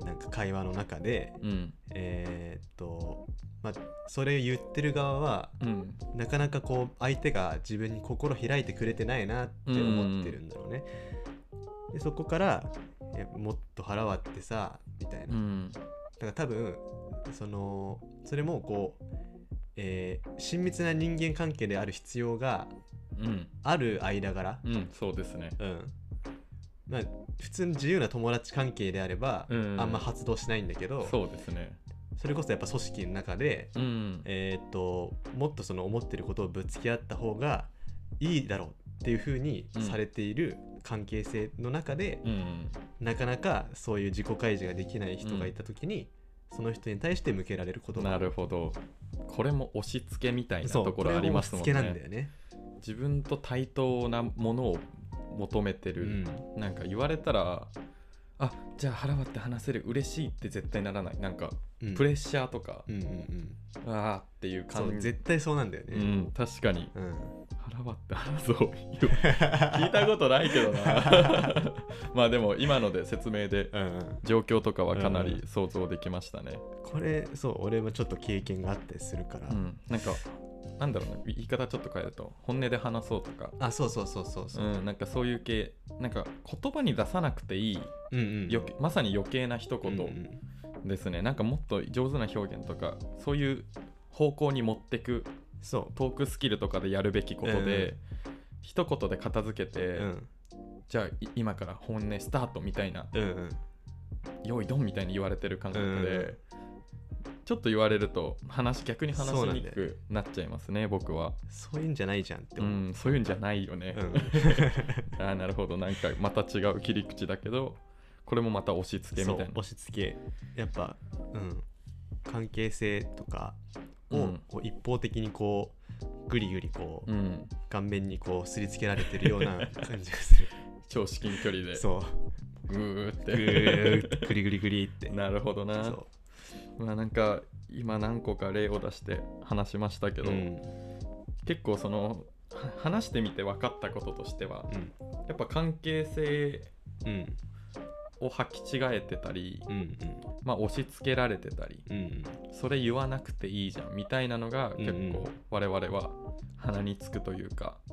Speaker 2: う、なんか会話の中で
Speaker 1: うん
Speaker 2: えーっと、まあ、それ言ってる側は
Speaker 1: うん
Speaker 2: なかなかこう相手が自分に心開いてくれてないなって思ってるんだろうね。でそこからえ「もっと腹割ってさ」みたいな。
Speaker 1: う
Speaker 2: だ
Speaker 1: ん
Speaker 2: から多分そのそれもこう、えー親密な人間関係である必要が
Speaker 1: うん
Speaker 2: ある間柄、
Speaker 1: うんそうですね
Speaker 2: うんまあ普通の自由な友達関係であれば、
Speaker 1: うん
Speaker 2: あんま発動しないんだけど
Speaker 1: そうですね
Speaker 2: それこそやっぱ組織の中で、
Speaker 1: うん
Speaker 2: えーっともっとその思ってることをぶつけ合った方がいいだろうっていう風に
Speaker 1: うん
Speaker 2: されている関係性の中で、
Speaker 1: うん
Speaker 2: なかなかそういう自己開示ができない人がいた時に、その人に対して向けられること
Speaker 1: な
Speaker 2: が
Speaker 1: るほどこれも押し付けみたいな
Speaker 2: そう
Speaker 1: ところありますもん
Speaker 2: これも押し付けなんだ
Speaker 1: ね
Speaker 2: よね。
Speaker 1: 自分と対等なものを求めて
Speaker 2: う
Speaker 1: る、
Speaker 2: ん
Speaker 1: なんか言われたらあじゃあ腹割って話せる嬉しいって絶対ならないなんか
Speaker 2: うん
Speaker 1: プレッシャーとか、
Speaker 2: うんうんうん、
Speaker 1: あーっていう
Speaker 2: そ
Speaker 1: 感
Speaker 2: う
Speaker 1: じ
Speaker 2: 絶対そうなんだよ
Speaker 1: う
Speaker 2: ね。
Speaker 1: ん確かに
Speaker 2: うん
Speaker 1: 腹割って話 そう聞いたことないけど なまあでも今ので説明で
Speaker 2: うんうん
Speaker 1: 状況とかはかなり
Speaker 2: う
Speaker 1: 想像できましたね、
Speaker 2: これそう俺もちょっと経験があったりするから、
Speaker 1: うん、なんかなんだろうね言い方ちょっと変えると本音で話そうとか
Speaker 2: あそうそうそうそうそう、
Speaker 1: うん、なんかそういう系なんか言葉に出さなくていい、
Speaker 2: うんうん
Speaker 1: よけまさに余計な一
Speaker 2: うん
Speaker 1: 言ですね、なんかもっと上手な表現とかそういう方向に持ってく
Speaker 2: そう
Speaker 1: トークスキルとかでやるべきことで、一言で片付けて、
Speaker 2: うん
Speaker 1: じゃあい今から本音スタートみたいな
Speaker 2: うんうん
Speaker 1: 用意ドンみたいに言われてる感覚で、
Speaker 2: うん
Speaker 1: ちょっと言われると話逆に話し
Speaker 2: そうなん
Speaker 1: に
Speaker 2: だ
Speaker 1: く
Speaker 2: よね
Speaker 1: くなっちゃいますね僕は、
Speaker 2: そういうんじゃないじゃんっ
Speaker 1: う
Speaker 2: て 思う、
Speaker 1: ん、そういうんじゃないよね、
Speaker 2: うん、
Speaker 1: あーなるほどなんかまた違う切り口だけどこれもまた押し付け
Speaker 2: そ
Speaker 1: み
Speaker 2: う
Speaker 1: たいな
Speaker 2: 押し付けやっぱうん関係性とかを、
Speaker 1: うん
Speaker 2: こう一方的にこうぐりぐりこ
Speaker 1: う
Speaker 2: う、
Speaker 1: ん
Speaker 2: 顔面にこうすりつけられてるような感じがする
Speaker 1: 超至近距離 で
Speaker 2: そう
Speaker 1: グーって
Speaker 2: ぐーっとぐりぐりぐりって
Speaker 1: なるほどな
Speaker 2: そ
Speaker 1: まあなんか今何個か例を出して話しましたけ
Speaker 2: う
Speaker 1: ど、
Speaker 2: うん
Speaker 1: 結構そのは話してみて分かったこととしては
Speaker 2: うん
Speaker 1: やっぱ関係性
Speaker 2: うん
Speaker 1: を履き違えてたり、
Speaker 2: うん
Speaker 1: まあ、押し付けられてたり
Speaker 2: うんうん
Speaker 1: それ言わなくていいじゃんみたいなのが結
Speaker 2: うんうん
Speaker 1: 構我々は鼻につくというか、
Speaker 2: うん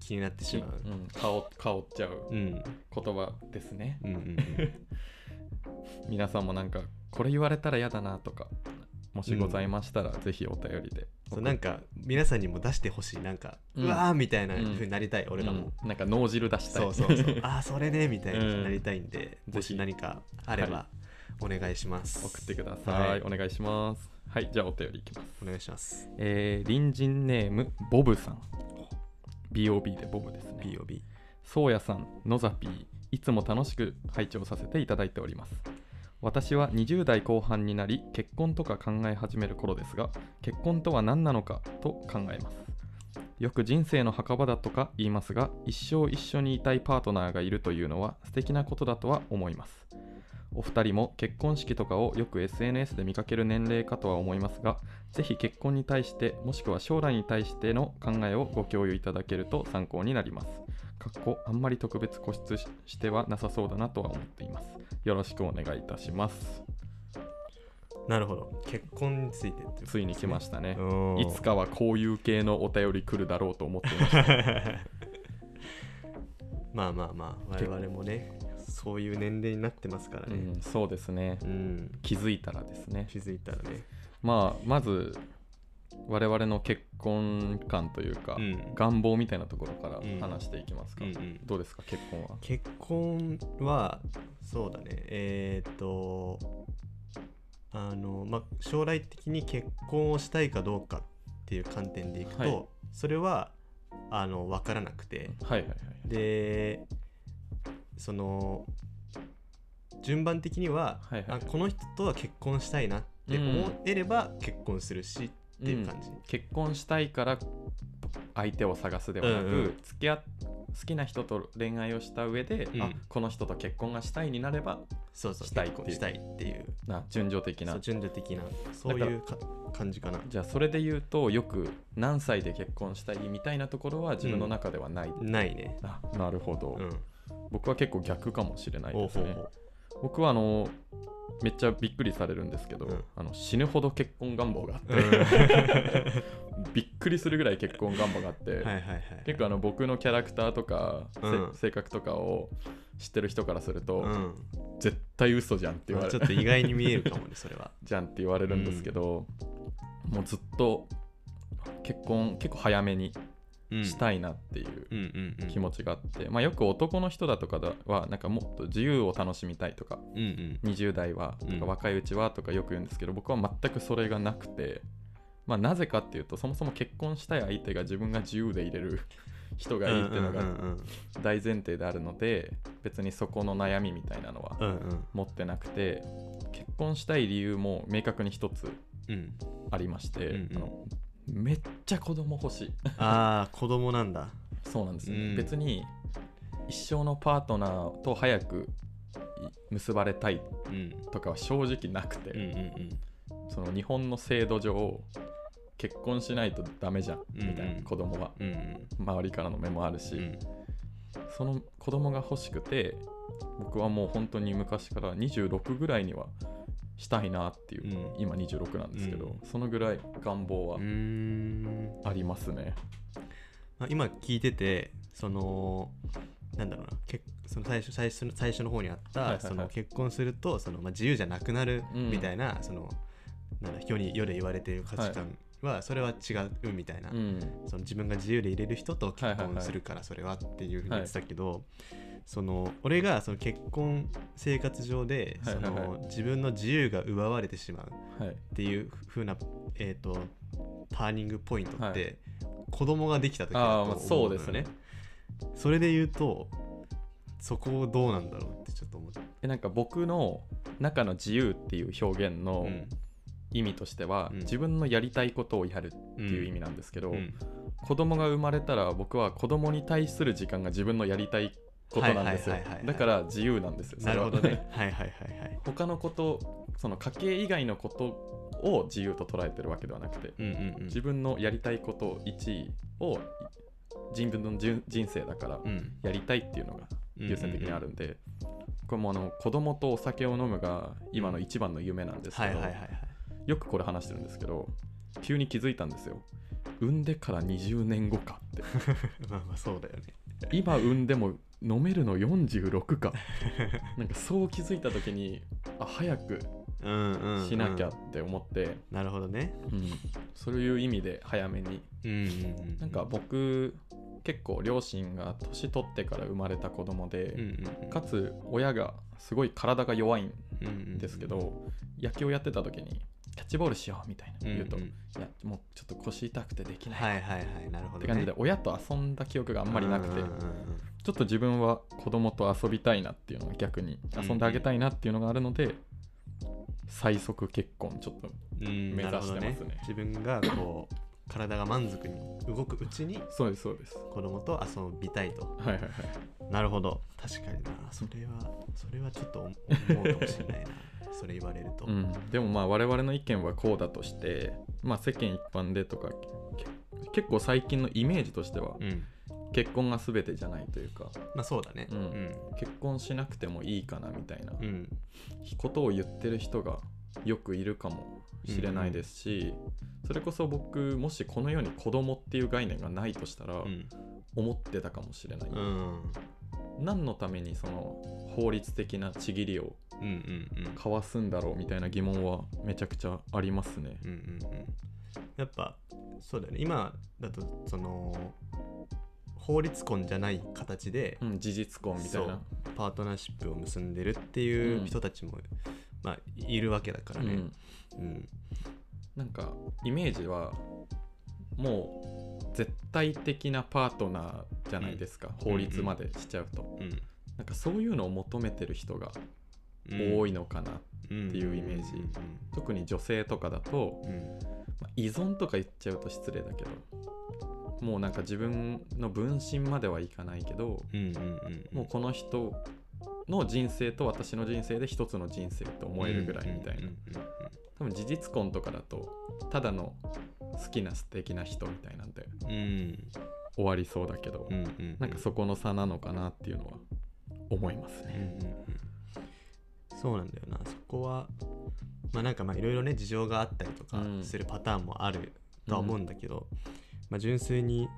Speaker 2: 気になってしまう
Speaker 1: うん、香香っちゃう
Speaker 2: うん
Speaker 1: 言葉ですね
Speaker 2: うんうんうん
Speaker 1: 皆さんもなんかこれ言われたら嫌だなとかもしございましたら、ぜひお便りで
Speaker 2: そうなんか皆さんにも出してほしいなんか、
Speaker 1: う
Speaker 2: うんわーみたいな風になりたい、俺らも、
Speaker 1: うんなんか脳汁出したい、
Speaker 2: そうそうそうああそれねみたいな風になりたいんで、
Speaker 1: うん
Speaker 2: もし何かあればお願いしま す、
Speaker 1: 送ってください、
Speaker 2: はい
Speaker 1: お願いしますはいじゃあお便りいきます
Speaker 2: お願いします
Speaker 1: えー、隣人ネームボブさん BOB でボブですね
Speaker 2: BOB
Speaker 1: そうやさん、のざぴー、いつも楽しく拝聴させていただいております。私は20代後半になり、結婚とか考え始める頃ですが、結婚とは何なのかと考えます。よく人生の墓場だとか言いますが、一生一緒にいたいパートナーがいるというのは素敵なことだとは思います。お二人も結婚式とかをよく SNS で見かける年齢かとは思いますが、ぜひ結婚に対して、もしくは将来に対しての考えをご共有いただけると参考になります。かっこあんまり特別固執ししてはなさそうだなとは思っています。よろしくお願いいたします。
Speaker 2: なるほど結婚についてって
Speaker 1: ついに来ましたね。
Speaker 2: おー
Speaker 1: いつかはこういう系のお便り来るだろうと思っていました。
Speaker 2: まあまあまあ我
Speaker 1: 結
Speaker 2: 々もねそういう年齢になってますから
Speaker 1: う
Speaker 2: ね
Speaker 1: ん、そうですね
Speaker 2: う。ん、
Speaker 1: 気づいたらですね。
Speaker 2: 気づいたらね
Speaker 1: まあ、まず、我々の結婚観というか、
Speaker 2: うん
Speaker 1: 願望みたいなところか
Speaker 2: うん
Speaker 1: ら話していきますか、
Speaker 2: うんうん
Speaker 1: どうですか結婚は
Speaker 2: 結婚はそうだねえーっとあのまあ将来的に結婚をしたいかどうかっていう観点でいくと、
Speaker 1: はい
Speaker 2: それはあの分からなくて
Speaker 1: はいはいはい
Speaker 2: でその順番的には、
Speaker 1: はいはい
Speaker 2: あこの人とは結婚したいなって思えれば結婚するしっていう感じ、
Speaker 1: 結婚したいから相手を探すではなく、
Speaker 2: うんうん
Speaker 1: 付き合っ好きな人と恋愛をした上で、
Speaker 2: うん
Speaker 1: あこの人と結婚がしたいになれば
Speaker 2: そうそう
Speaker 1: したいっ
Speaker 2: 結
Speaker 1: ていう
Speaker 2: 婚したいっていう
Speaker 1: な順序的
Speaker 2: そう
Speaker 1: な
Speaker 2: 順序的なそういうか感じかな
Speaker 1: じゃあそれで言うとよく何歳で結婚したいみたいなところは自分の中ではない、
Speaker 2: ないね
Speaker 1: あなるほど、
Speaker 2: うん
Speaker 1: 僕は結構逆かもしれない
Speaker 2: おう
Speaker 1: ですね僕はあのめっちゃびっくりされるんですけど、
Speaker 2: うん
Speaker 1: あの死ぬほど結婚願望があって、
Speaker 2: うんは
Speaker 1: びっくりするぐらい結婚願望があって、
Speaker 2: いはいはい
Speaker 1: 結構あの僕のキャラクターとか、せ
Speaker 2: うん
Speaker 1: 性格とかを知ってる人からすると、
Speaker 2: うん
Speaker 1: 絶対嘘じゃんって言われ
Speaker 2: ちょ
Speaker 1: る
Speaker 2: っと意外に見えるかもねそれは
Speaker 1: じゃんって言われるんですけど、もうずっと結婚結構早めにしたいなっていう
Speaker 2: うんうんうん
Speaker 1: 気持ちがあって、まあ、よく男の人だとかはなんかもっと自由を楽しみたいとか
Speaker 2: うんうん
Speaker 1: 20代はと
Speaker 2: うん
Speaker 1: か若いうちはとかよく言うんですけど、僕は全くそれがなくて、まあ、なぜかっていうとそもそも結婚したい相手が自分が自由でいれる人がいいっていうの
Speaker 2: う
Speaker 1: が
Speaker 2: んうん
Speaker 1: 大前提であるので別にそこの悩みみたいなのは
Speaker 2: うんうん
Speaker 1: 持ってなくて結婚したい理由も明確に一つ
Speaker 2: うん
Speaker 1: ありまして、
Speaker 2: うんうん
Speaker 1: あのめっちゃ子供欲しい
Speaker 2: ああ子供なんだ
Speaker 1: そうなんですよね、
Speaker 2: うん
Speaker 1: 別に一生のパートナーと早くい結ばれたい
Speaker 2: うん
Speaker 1: とかは正直なくて、
Speaker 2: うんうん
Speaker 1: その日本の制度上結婚しないとダメじゃんみたいな、
Speaker 2: うんうん
Speaker 1: 子供は
Speaker 2: うんうん
Speaker 1: 周りからの目もあるし、
Speaker 2: うん
Speaker 1: その子供が欲しくて僕はもう本当に昔から26ぐらいにはしたいなっていう、
Speaker 2: うん
Speaker 1: 今26なんですけど、
Speaker 2: う
Speaker 1: そのぐらい願望は
Speaker 2: うーん
Speaker 1: ありますね、
Speaker 2: まあ、今聞いててそのなんだろうなけその最初最初の最初の方にあっ
Speaker 1: はいはいは
Speaker 2: た
Speaker 1: い
Speaker 2: その結婚するとその、まあ、自由じゃなくなる
Speaker 1: うん
Speaker 2: みたいな、そのなんだ人に世で言われている価値観は、それは違うみたいな、
Speaker 1: うん
Speaker 2: その自分が自由でいれる人と結
Speaker 1: はいはい
Speaker 2: 婚
Speaker 1: はい
Speaker 2: するからそれはっていうふうに言ってたけど、その俺がその結婚生活上で、
Speaker 1: はいはいはい
Speaker 2: その自分の自由が奪われてしまう
Speaker 1: はい
Speaker 2: っていうふうな、えー、とターニングポイントって、
Speaker 1: は
Speaker 2: 子供ができた時だ
Speaker 1: あ
Speaker 2: と
Speaker 1: あま
Speaker 2: 思
Speaker 1: あ
Speaker 2: う
Speaker 1: そうです
Speaker 2: の
Speaker 1: ね
Speaker 2: よそれで言うとそこをどうなんだろうってちょっと思って、
Speaker 1: えなんか僕の中の自由っていう表現
Speaker 2: う
Speaker 1: の
Speaker 2: ん
Speaker 1: 意味としては、
Speaker 2: うん
Speaker 1: 自分のやりたいことをやるっていう意味なんですけど、
Speaker 2: うん
Speaker 1: 子供が生まれたら僕は子供に対する時間が自分のやりたいことなんですよ
Speaker 2: はいはいはいはいはい
Speaker 1: だから自由なんですよそ
Speaker 2: な
Speaker 1: れ
Speaker 2: る
Speaker 1: は
Speaker 2: ほど ねはいはいはいはい
Speaker 1: 他のことその家計以外のことを自由と捉えてるわけではなくて
Speaker 2: うんうんうん
Speaker 1: 自分のやりたいこと1位を自分の人人生だから
Speaker 2: うん
Speaker 1: やりたいっていうのが
Speaker 2: うん
Speaker 1: 優先的にあるんで、これもあの子供とお酒を飲むが今の一番の夢なんですけ
Speaker 2: は
Speaker 1: ど、
Speaker 2: いはいはいはい
Speaker 1: よくこれ話してるんですけど急に気づいたんですよ産んでから20年後かっ て
Speaker 2: まあまあそうだよね
Speaker 1: 今産んでも飲めるの46かなんかそう気づいた時にあ早く
Speaker 2: うんうん、うん、
Speaker 1: しなきゃって思って、
Speaker 2: なるほどね
Speaker 1: うんそういう意味で早めに
Speaker 2: うんうんうん
Speaker 1: なんか僕結構両親が年取ってから生まれた子供
Speaker 2: うんう
Speaker 1: で、
Speaker 2: んうん
Speaker 1: かつ親がすごい体が弱いん
Speaker 2: うんうん
Speaker 1: ですけど、野球をやってた時にキャッチボールしようみたいな
Speaker 2: うんうん
Speaker 1: 言うと、いやもうちょっと腰痛くてできない、
Speaker 2: はいはいはいなるほど、
Speaker 1: っ
Speaker 2: ね、
Speaker 1: て感じで親と遊んだ記憶があんまりなくて、
Speaker 2: うんうんうん
Speaker 1: ちょっと自分は子供と遊びたいなっていうのが逆に遊んであげたいなっていうのがあるので、最速結婚ちょっと
Speaker 2: うん
Speaker 1: 目指してますね
Speaker 2: なるほど自分がこう体が満足に動くうちに
Speaker 1: そうですそうです
Speaker 2: 子供と遊びたいと
Speaker 1: はいはいはい
Speaker 2: なるほど確かになそれはそれはちょっと思うかもしれないな それ言われると、
Speaker 1: うん、でもまあ我々の意見はこうだとして、まあ、世間一般でとかけ結構最近のイメージとしては
Speaker 2: うん
Speaker 1: 結婚が全てじゃないというか
Speaker 2: まあそうだね
Speaker 1: うん結婚しなくてもいいかなみたいな
Speaker 2: うん、うん
Speaker 1: ことを言ってる人がよくいるかもしれないですし、それこそ僕もしこの世に子供っていう概念がないとしたら
Speaker 2: うん
Speaker 1: 思ってたかもしれない、
Speaker 2: うん
Speaker 1: 何のためにその法律的なちぎりを
Speaker 2: うんうんうん
Speaker 1: 交わすんだろうみたいな疑問はめちゃくちゃありますね
Speaker 2: うんうんうんやっぱそうだよね今だとその法律婚じゃない形で
Speaker 1: うん、事実婚みたいな
Speaker 2: パートナーシップを結んでるっていううん人たちも、まあ、いるわけだから
Speaker 1: う
Speaker 2: ね
Speaker 1: ん、
Speaker 2: うん
Speaker 1: なんかイメージはもう絶対的なパートナーじゃないですか、法律までしちゃうと、
Speaker 2: うん
Speaker 1: なんかそういうのを求めてる人が
Speaker 2: うん
Speaker 1: 多いのかな、
Speaker 2: って
Speaker 1: いうイメージ特に女性とかだと、
Speaker 2: うん
Speaker 1: まあ依存とか言っちゃうと失礼だけどもうなんか自分の分身まではいかないけど
Speaker 2: うんうん
Speaker 1: もうこの人の人生と私の人生で一つの人生って思えるぐらいみたいな、多分事実婚とかだとただの好きな素敵な人みたいなんで
Speaker 2: うんうん
Speaker 1: 終わりそうだけど、
Speaker 2: うんうん
Speaker 1: なんかそこの差なのかなっていうのは思います
Speaker 2: うんう
Speaker 1: ね。
Speaker 2: んうんそうなんだよなそこはまあなんかまあいろいろね事情があったりとか
Speaker 1: うん
Speaker 2: するパターンもあるとは思うんだけど、まあ純粋に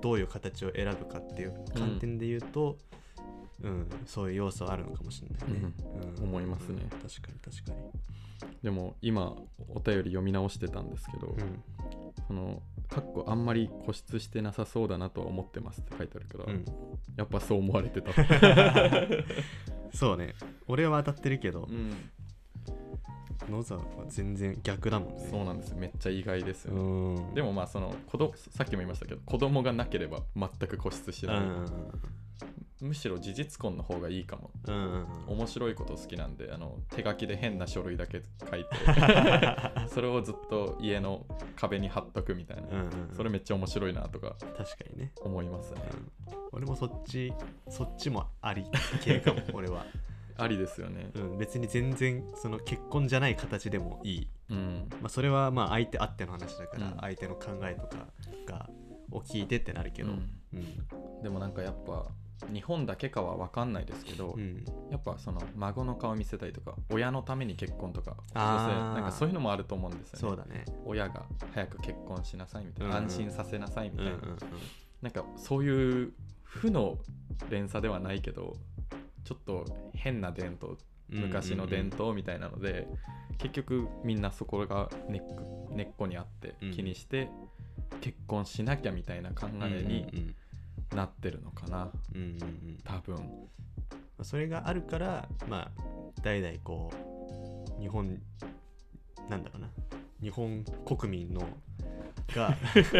Speaker 2: どういう形を選ぶかっていう観点で言うと、うんそういう要素はあるのかもしれないね、うん
Speaker 1: 思いますね
Speaker 2: 確かに確か
Speaker 1: でも今お便り読み直してたんですけど、
Speaker 2: に、うん
Speaker 1: そのかっこあんまり固執してなさそうだなとは思ってますって書いてあるから、
Speaker 2: うん、
Speaker 1: やっぱそう思われて た。
Speaker 2: そうね俺は当たってるけど、
Speaker 1: うん、
Speaker 2: 野沢は全然逆だもんね
Speaker 1: そうなんですよめっちゃ意外ですよね。
Speaker 2: うん
Speaker 1: でもまあその子どさっきも言いましたけど子供がなければ全く固執し
Speaker 2: うんう
Speaker 1: ない、
Speaker 2: ん
Speaker 1: むしろ事実婚の方がいいかも
Speaker 2: うんうん
Speaker 1: 面白いこと好きなんであの手書きで変な書類だけ書 いてそれをずっと家の壁に貼っとくみたいな、
Speaker 2: うんうん
Speaker 1: それめっちゃ面白いなとか
Speaker 2: 確かにね、
Speaker 1: 思いますね
Speaker 2: うん、俺もそっちそっちもあり 系かも俺は、
Speaker 1: ありですよね
Speaker 2: うん、別に全然その結婚じゃない形でもいい、
Speaker 1: うん
Speaker 2: まあ、それはまあ相手あっての話だから、
Speaker 1: うん
Speaker 2: 相手の考えとかがを聞いてってなるけど、うん
Speaker 1: うんでもなんかやっぱ日本だけかは分かんないですけど、
Speaker 2: うん
Speaker 1: やっぱその孫の顔見せたいとか親のために結婚とか
Speaker 2: あー
Speaker 1: 女性なんかそういうのもあると思うんですよ
Speaker 2: そう
Speaker 1: ね
Speaker 2: だね
Speaker 1: 親が早く結婚しなさいみたいな、
Speaker 2: うんうん
Speaker 1: 安心させなさいみた
Speaker 2: うん
Speaker 1: いうな、
Speaker 2: んうん
Speaker 1: なんかそういう負の連鎖ではないけどちょっと変な伝統昔の伝統みたいなので、結局みんなそこがネック根っこにあって
Speaker 2: うん
Speaker 1: 気にして、結婚しなきゃみたいな考えになってるのかな、
Speaker 2: うんうんうんうんうんうん
Speaker 1: 多分
Speaker 2: まあそれがあるからまあ代々こう日本なんだろうな日本国民の が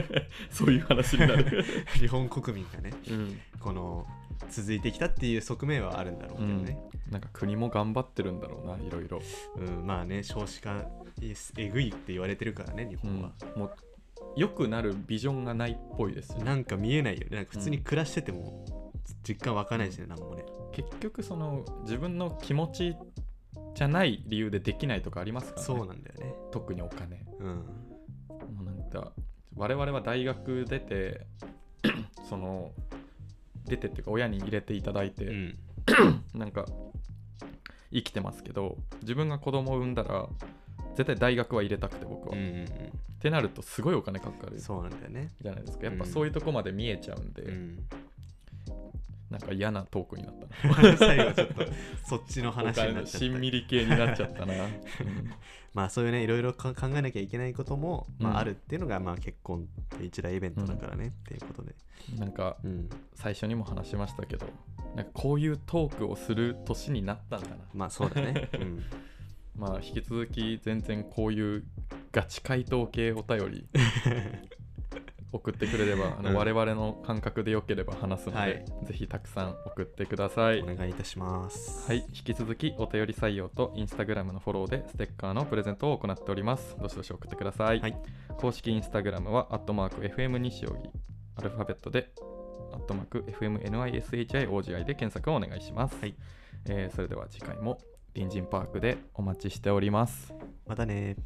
Speaker 1: そういう話になる、
Speaker 2: 日本国民がね
Speaker 1: うん、
Speaker 2: この続いてきたっていう側面はあるんだろうけどね、
Speaker 1: なんか国も頑張ってるんだろうないろいろ、
Speaker 2: うんまあね少子化ええぐいって言われてるからね日
Speaker 1: う
Speaker 2: 本
Speaker 1: ん
Speaker 2: は、、
Speaker 1: もう良くなるビジョンがないっぽいですよね
Speaker 2: なんか見えないよねなんか普通に暮らしてても実感湧かないしねなんもね
Speaker 1: 結局その自分の気持ちじゃない理由でできないとかありますからね
Speaker 2: そうなんだよね
Speaker 1: 特にお金
Speaker 2: うん
Speaker 1: もうなんか我々は大学出て その出てっていうか親に入れていただいて、
Speaker 2: うん
Speaker 1: なんか生きてますけど自分が子供を産んだら絶対大学は入れたくて僕
Speaker 2: う
Speaker 1: は、
Speaker 2: ん
Speaker 1: っ
Speaker 2: うん
Speaker 1: てなるとすごいお金かか
Speaker 2: う
Speaker 1: る
Speaker 2: ん
Speaker 1: じ
Speaker 2: そうなんだよね
Speaker 1: ゃないですかやっぱそういうとこまで見えちゃうんで、
Speaker 2: うん
Speaker 1: なんか嫌なトークになったな
Speaker 2: 最後ちょっとそっちの
Speaker 1: お
Speaker 2: 話
Speaker 1: 金
Speaker 2: になっ
Speaker 1: の
Speaker 2: ちゃった
Speaker 1: しんみり系になっちゃったな、うん
Speaker 2: まあそういうねいろいろか考えなきゃいけないことも、ま
Speaker 1: うん
Speaker 2: あ、あるっていうのが、まあ結婚って一大イベントだからね、っていうことで、
Speaker 1: なんか
Speaker 2: うん、
Speaker 1: 最初にも話しましたけどなんかこういうトークをする年になったんだな
Speaker 2: まあそうだね、 うん、
Speaker 1: まあ引き 続き全然こういうガチ回答系お便り送ってくれれば、あ
Speaker 2: うん
Speaker 1: の我々の感覚でよければ話すので、
Speaker 2: はい
Speaker 1: ぜひたくさん送ってください。
Speaker 2: お
Speaker 1: は
Speaker 2: 願いいたします。
Speaker 1: い、引き続きお便り採用とインスタグラムのフォローでステッカーのプレゼントを行っております。どしどし送ってください。
Speaker 2: はい
Speaker 1: 公式インスタグラムは、アットマーク FM 西荻、アルファベットで、アットマーク FMNISHIOGI で検索をお願いします。
Speaker 2: はい
Speaker 1: えーそれでは次回も隣人パークでお待ちしております。
Speaker 2: またね